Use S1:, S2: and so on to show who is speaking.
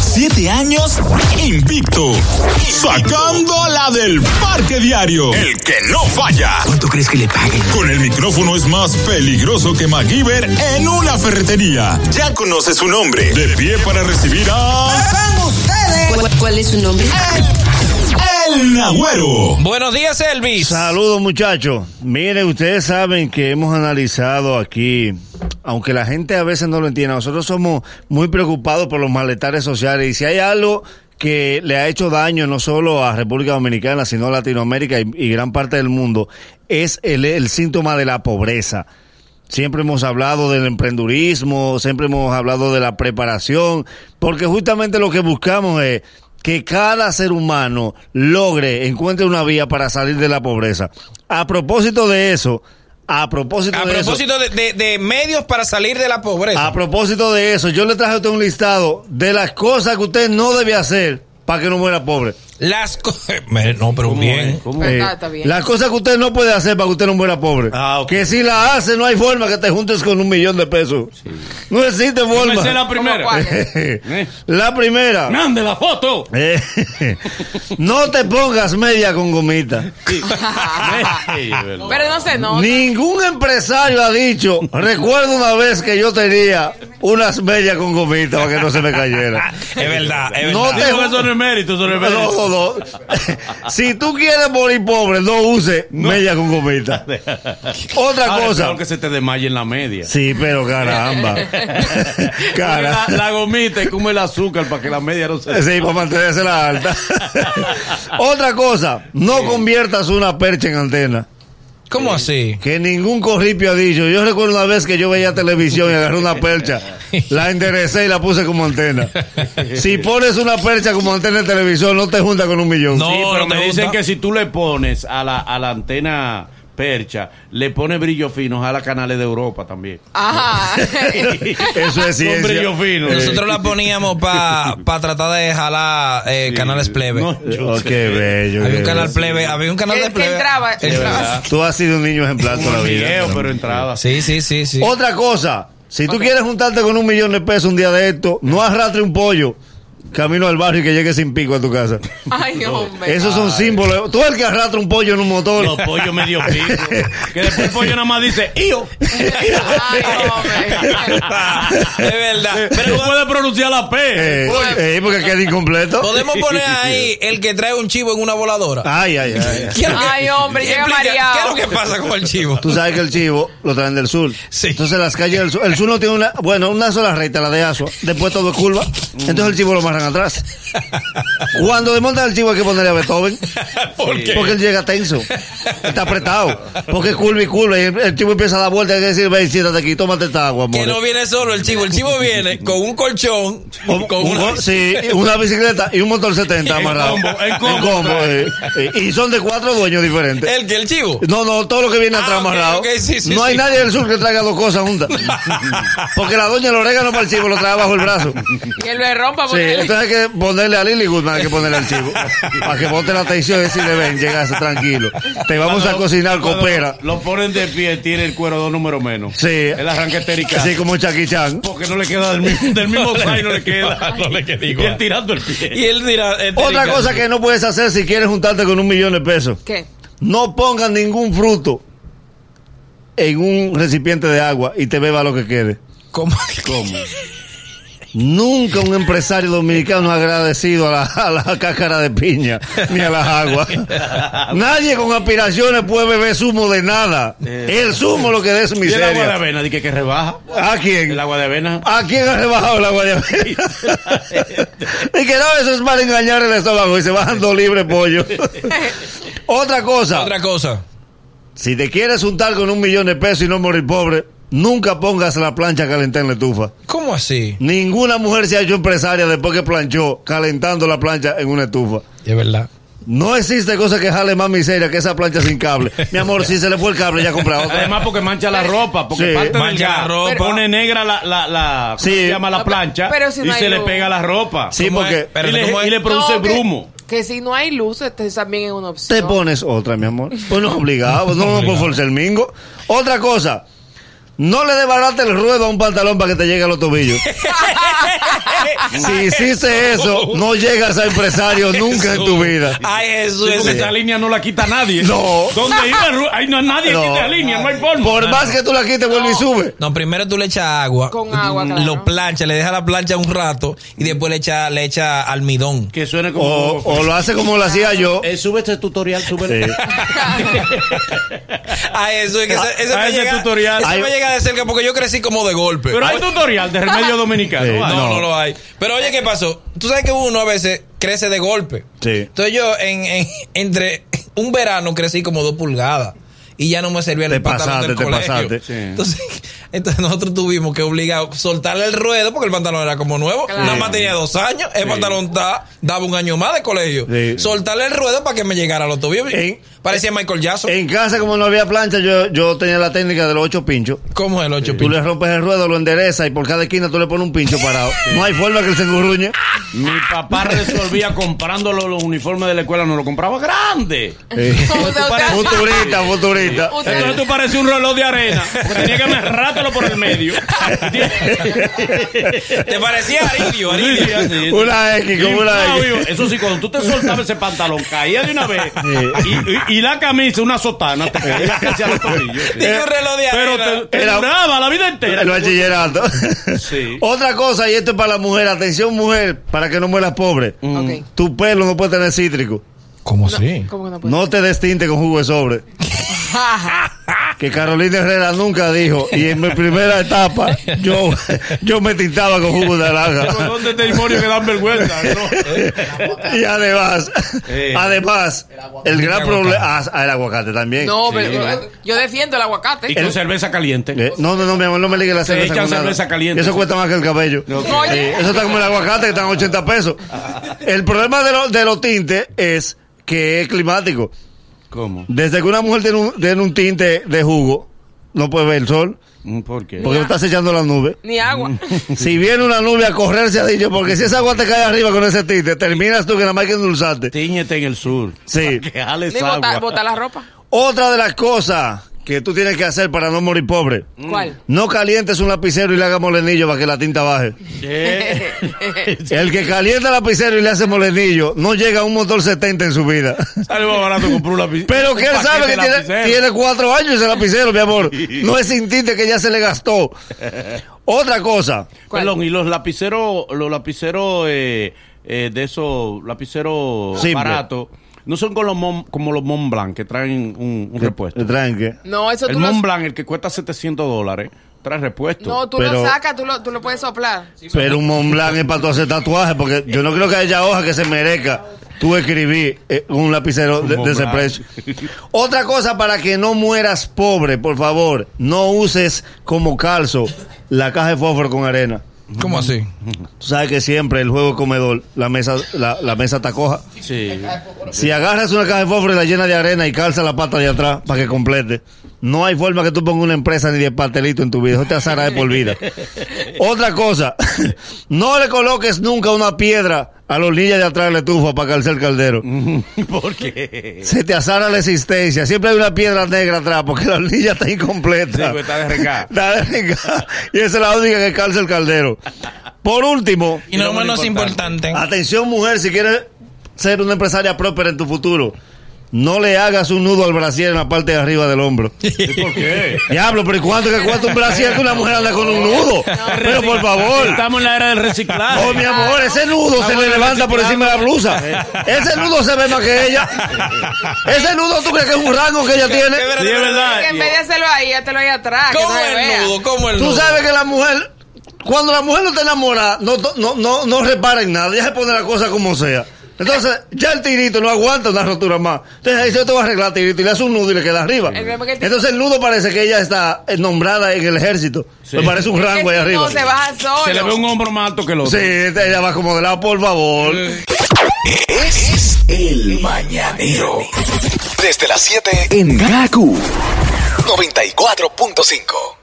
S1: siete años invicto, sacándola del parque diario. El que no falla.
S2: ¿Cuánto crees que le paguen?
S1: Con el micrófono es más peligroso que MacGyver en una ferretería. Ya conoce su nombre. De pie para recibir a...
S3: ¿Cuál, cuál es su nombre?
S1: El Agüero.
S4: Buenos días, Elvis.
S5: Saludos muchachos. Mire, ustedes saben que hemos analizado aquí, aunque la gente a veces no lo entiende, nosotros somos muy preocupados por los malestares sociales y si hay algo que le ha hecho daño no solo a República Dominicana, sino a Latinoamérica y, y gran parte del mundo, es el, el síntoma de la pobreza. Siempre hemos hablado del emprendurismo, siempre hemos hablado de la preparación, porque justamente lo que buscamos es que cada ser humano logre, encuentre una vía para salir de la pobreza. A propósito de eso, a propósito,
S4: A
S5: de, eso, Ah.
S4: propósito de, de- de medios para salir de la pobreza.
S5: a propósito de eso, yo le traje a usted un listado de las cosas que usted no debe hacer para que no muera pobre. Eh,
S4: Las co- Mire, No, pero bien.
S3: Está- está bien.
S5: Las cosas que usted no puede hacer para que usted no muera pobre.
S6: Ah, ok.
S5: Que si la hace, no hay forma que te juntes con un millón de pesos. No existe forma.
S6: Esa es la
S3: ¿Cómo
S6: primera.
S3: cuál?
S6: Eh.
S5: La primera.
S6: ¡Mande la foto!
S5: Eh, no te pongas media con gomita.
S6: Ey, verdad.
S3: Pero no sé, no.
S5: Ningún empresario ha dicho, recuerdo una vez que yo tenía unas medias con gomita para que no se me cayera.
S4: Es verdad, es
S5: No
S4: verdad.
S5: te-
S6: Digo que eso no es mérito, eso no es mérito.
S5: No, no, no. Si tú quieres morir pobre, no uses media con gomita. Otra
S6: Ahora,
S5: cosa.
S6: peor que se te desmaye en la media.
S5: Sí, pero caramba.
S6: La,
S5: Cara.
S6: la gomita y come el azúcar para que la media no se...
S5: Sí, para mantenerse la alta. Otra cosa, no conviertas una percha en antena.
S4: ¿Cómo así?
S5: Que ningún corripio ha dicho. Yo recuerdo una vez que yo veía televisión y agarré una percha, la enderecé y la puse como antena. Si pones una percha como antena de televisor, no te juntas con un millón.
S4: No.
S6: Sí, pero
S4: no
S6: me
S4: me
S6: dicen
S4: gusta.
S6: que si tú le pones a la, a la antena percha, le pones brillo fino, ojalá canales de Europa también.
S3: Ajá.
S5: Eso es
S6: Con
S5: ciencia.
S6: brillo fino.
S4: Nosotros la poníamos para tratar de jalar eh, canales plebe.
S6: No, yo
S5: Oh,
S6: sé.
S5: qué bello.
S4: había
S5: qué
S4: un
S5: bello.
S4: canal plebe, había un canal
S3: Que-
S4: de
S3: que
S4: plebe.
S3: entraba,
S4: Sí,
S3: entraba.
S4: ¿verdad?
S5: Tú has sido un niño ejemplar toda la vida.
S6: Video, pero entrada.
S4: Sí, sí, sí, sí.
S5: Otra cosa, si tú quieres juntarte con un millón de pesos un día de esto, no arrastre un pollo camino al barrio y que llegue sin pico a tu casa.
S3: Ay, hombre.
S5: Esos son símbolos. Tú el que arrastra un pollo en un motor.
S6: Los pollos medio pico. que después el pollo nada más dice, ¡Iyo!
S5: Eh.
S3: Ay, hombre.
S4: es verdad.
S6: Pero
S4: Pero
S6: no puede pronunciar la P.
S5: Eh, eh, porque queda incompleto.
S4: podemos poner ahí el que trae un chivo en una voladora.
S5: Ay, ay, ay.
S4: ¿Qué es lo que-
S3: Ay, hombre, llega
S4: explica,
S3: mareado.
S4: ¿Qué es lo que pasa con el chivo?
S5: Tú sabes que el chivo lo traen del sur.
S4: Sí.
S5: Entonces las calles del sur. El sur no tiene una. Bueno, una sola recta, la de Asua. Después todo es curva. Entonces el chivo lo marran atrás. Cuando desmontan el chivo hay que ponerle a Beethoven.
S4: ¿Por qué?
S5: Porque él llega tenso. Está apretado. Porque es curva y curva. Y el, el chivo empieza a dar vueltas. Hay que decir, ven, siéntate aquí, tómate esta agua, amor.
S4: Que no viene solo el chivo. El chivo viene con un colchón,
S5: Un-
S4: con
S5: un-
S4: una...
S5: sí, una bicicleta y un motor 70
S6: En
S5: amarrado.
S6: combo, en combo.
S5: eh, eh, y son de cuatro dueños diferentes.
S4: El que el chivo.
S5: No, no, todo lo que viene
S4: Ah,
S5: atrás
S4: ok,
S5: amarrado.
S4: ok, sí, sí,
S5: no hay
S4: sí.
S5: nadie del sur que traiga dos cosas juntas. Porque la doña el orégano para el chivo lo trae bajo el brazo.
S3: Que lo rompa
S5: Sí,
S3: porque.
S5: entonces hay que ponerle a Lily Goodman, hay que ponerle al chivo. Para que ponte la atención y decirle, ven, llegaste tranquilo. Te vamos a
S6: Cuando-
S5: cocinar
S6: cuando
S5: copera.
S6: Lo ponen de pie, tiene el cuero dos números menos.
S5: Sí.
S6: El arranque esterica.
S5: Así como Chucky Chan.
S6: Porque no le queda del mismo, del mismo size, no le queda. No le queda Y él tirando el pie.
S4: Y él dirá... eh, él
S5: Otra
S4: dirá-
S5: cosa que no puedes hacer si quieres juntarte con un millón de pesos.
S3: ¿Qué?
S5: No pongas ningún fruto en un recipiente de agua y te beba lo que quede.
S4: ¿Cómo?
S5: Nunca un empresario dominicano ha agradecido a la, a la cáscara de piña ni a las aguas. Nadie con aspiraciones puede beber zumo de nada. El zumo lo que da es
S6: Eh. Y el agua de
S5: miseria.
S6: avena, dije que rebaja.
S5: ¿A quién?
S6: El agua de avena.
S5: ¿A quién ha rebajado el agua de avena? Y que no, eso es para engañar el estómago y se bajan dos libres pollo. Otra cosa,
S4: Otra cosa.
S5: si te quieres juntar con un millón de pesos y no morir pobre, nunca pongas la plancha a calentar en la estufa.
S4: ¿Cómo así?
S5: Ninguna mujer se ha hecho empresaria después que planchó calentando la plancha en una estufa.
S4: Es verdad.
S5: No existe cosa que jale más miseria que esa plancha sin cable. Mi amor, si se le fue el cable, ya compra otra.
S6: Además, porque mancha la ropa. Porque
S5: Sí.
S6: parte del
S4: Mancha la
S6: gas,
S4: ropa.
S6: Pone negra la. la, la
S5: Sí.
S6: ¿cómo se llama la
S3: No, pero-
S6: plancha.
S3: pero si no
S6: y
S3: hay
S6: se le
S3: luz.
S6: pega la ropa.
S5: Sí,
S4: ¿Cómo
S5: porque
S4: es? Pero
S6: y, le,
S4: ¿cómo es?
S6: y le produce
S3: No, que-
S6: brumo.
S3: Que si no hay luz, este también es una opción.
S5: te pones otra, mi amor. Pues no obligado, no, por forzar el mingo. Otra cosa, No le desbarate el ruedo a un pantalón para que te llegue a los tobillos. si hiciste eso, no llegas a empresario nunca en tu vida.
S4: Ay, Jesús.
S2: Porque
S4: ese-
S2: esa línea no la quita nadie.
S5: No.
S2: Donde iba Ru- ahí no nadie
S5: No.
S2: quita línea, no hay forma.
S5: Por más que tú la quites, vuelve y sube.
S4: No, primero tú le echas agua.
S3: Con agua, claro.
S4: Lo plancha, le deja la plancha un rato y después le echa, le echa almidón.
S6: Que suene como.
S5: O, o lo hace como lo hacía yo.
S6: Eh, sube este tutorial, sube.
S5: Sí.
S4: A eso es que ese- ese
S2: a
S4: me
S2: ese
S4: llega-
S2: tutorial.
S4: ese
S5: Ay.
S4: me llega de cerca porque yo crecí como de golpe.
S2: Pero hay
S4: Oye,
S2: tutorial de remedio dominicano.
S5: Sí.
S2: ¿vale?
S4: no, no,
S5: no.
S4: lo hay. Pero oye, ¿qué pasó? Tú sabes que uno a veces crece de golpe.
S5: Sí.
S4: Entonces yo en, en- entre un verano crecí como dos pulgadas. Y ya no me servía
S5: Te
S4: el pantalón del
S5: pasaste, te
S4: colegio.
S5: pasaste. Sí.
S4: Entonces, entonces nosotros tuvimos que obligar a soltarle el ruedo porque el pantalón era como nuevo.
S3: Claro.
S4: Nada más tenía dos años. El pantalón da- daba un año más de colegio.
S5: Sí.
S4: Soltarle el ruedo para que me llegara a los tobillos.
S5: En-
S4: Parecía Michael Jackson.
S5: En casa, como no había plancha, yo, yo tenía la técnica de los ocho pinchos.
S4: ¿Cómo es el ocho
S5: Tú
S4: pinchos?
S5: le rompes el ruedo, lo enderezas y por cada esquina tú le pones un pincho parado. No hay forma que él se engurruñe.
S6: Mi papá resolvía comprando los, los uniformes de la escuela, no lo compraba grande.
S5: Sí.
S3: Usted- Ah, usted-
S5: Futurista, futurista.
S3: usted-
S2: Entonces tú pareces un reloj de arena. Porque tenía que amarrártelo por el medio.
S4: Te parecía Aridio,
S2: Sí, sí,
S4: Aridio.
S2: así.
S5: Una X, como una
S2: Inflado,
S5: X.
S2: hijo. Eso sí, cuando tú te soltabas ese pantalón, caía de una vez. Y, y- y la camisa, una sotana, te caía casi a los tobillos. sí.
S4: Dije un reloj de
S2: Pero
S4: arena.
S2: te, te
S5: Eh. Era-
S2: duraba la vida entera.
S5: El bachillerato.
S2: Sí.
S5: Otra cosa, y esto es para la mujer. Atención, mujer, para que no mueras pobre.
S3: Ok.
S5: Tu pelo no puede tener cítrico.
S4: ¿Cómo así?
S3: ¿Cómo que no puede?
S5: No te destinte con jugo de sobre. Que Carolina Herrera nunca dijo. Y en mi primera etapa, yo, yo me tintaba con jugo de naranja.
S2: Son de testimonio que dan vergüenza. ¿no?
S5: Y además, además, el gran
S4: El
S5: problema.
S4: aguacate.
S5: Ah, el aguacate también.
S3: No, pero yo, yo defiendo el
S2: Y
S3: aguacate.
S2: con cerveza caliente.
S5: Eh, no, no, no, mi amor, no me ligue la cerveza.
S2: echan
S5: con nada.
S2: cerveza caliente.
S5: Eso cuesta más que el cabello.
S3: Oye.
S5: Eh, eso está como el aguacate, que están 80 pesos. El problema de, lo- de los tintes es que es climático.
S6: ¿Cómo?
S5: Desde que una mujer tiene un, tiene un tinte de jugo, no puede ver el sol,
S6: ¿Por qué?
S5: porque estás echando la nube.
S3: Ni agua.
S5: Si viene una nube a correrse a dicho, porque si esa agua te cae arriba con ese tinte, terminas tú que nada más hay que endulzarte.
S6: Tíñete en el sur.
S5: Sí.
S6: Que jales
S3: Ni botar,
S6: agua.
S3: botar la ropa.
S5: Otra de las cosas que tú tienes que hacer para no morir pobre.
S3: ¿Cuál?
S5: No calientes un lapicero y le hagas molenillo para que la tinta baje. El que calienta lapicero y le hace molenillo no llega a un motor 70 en su vida.
S2: Sale más barato comprar un lápiz.
S5: Pero que
S2: un
S5: él sabe
S2: paquete
S5: que tiene,
S2: lapicero.
S5: tiene cuatro años ese lapicero, mi amor. No es sin tinte que ya se le gastó. Otra cosa.
S3: ¿Cuál?
S6: Perdón, y los lapiceros, los lapiceros eh, eh, de esos lapiceros
S5: Simple.
S6: baratos, no son con los Mon- como los Mont Blanc que traen un, un repuesto.
S5: El tranque.
S3: No, eso
S6: El
S3: tú lo,
S6: Mont Blanc, el que cuesta 700 dólares, trae repuesto.
S3: no, tú
S5: pero-
S3: lo sacas, tú lo, tú lo puedes soplar.
S5: Pero un Mont Blanc es para tú hacer tatuajes, porque yo no creo que haya hoja que se merezca tú escribir eh, un lapicero de, de ese
S6: Mont Blanc.
S5: precio. Otra cosa para que no mueras pobre, por favor, no uses como calzo la caja de fósforo con arena.
S4: ¿Cómo así?
S5: Tú sabes que siempre el juego es comedor, la mesa, la, la mesa está coja.
S6: Sí.
S5: Si agarras una caja de fósforo y la llena de arena y calza la pata de atrás para que complete, no hay forma que tú pongas una empresa ni de pastelito en tu vida. Eso te asará de por vida. Otra cosa, no le coloques nunca una piedra a los niños de atrás de la estufa para calzar el caldero.
S6: ¿Por qué?
S5: Se te asara la existencia. Siempre hay una piedra negra atrás porque la hornilla está
S6: Sí,
S5: incompleta.
S6: porque está desregada.
S5: Está desregada. Y esa es la única que calza el caldero. Por último,
S4: Y no menos importante.
S5: Atención mujer, si quieres ser una empresaria próspera en tu futuro, no le hagas un nudo al brasier en la parte de arriba del hombro.
S2: ¿Por qué?
S5: Diablo, pero ¿y cuánto que cuesta un brasier que una mujer anda con un nudo? Pero por favor.
S2: Estamos en la era del reciclaje.
S5: Oh, mi amor, ese nudo se le levanta por encima de la blusa. Ese nudo se ve más que ella. Ese nudo tú crees que es un rango que ella tiene.
S2: Sí, es verdad.
S3: que en vez de hacerlo ahí, háztelo ahí atrás. que
S4: ¿Cómo
S3: no se vea.
S4: el nudo? ¿Cómo el nudo?
S5: Tú sabes que la mujer, cuando la mujer no está enamorada, no, no, no, no repara en nada, ya se pone la cosa como sea. Entonces, ya el tirito no aguanta una rotura más. Entonces, ahí se te va a arreglar tirito y le hace un nudo y le queda arriba.
S3: El problema es que el tirito-
S5: Entonces, el nudo parece que ella está eh, nombrada en el ejército. Me parece un
S3: Es que
S5: rango ahí
S3: si
S5: arriba.
S3: No se baja solo.
S2: Se le ve un hombro más alto que el otro.
S5: Sí, ella va como de lado, por favor.
S7: Es el mañanero. Desde las 7 en Gaku 94.5.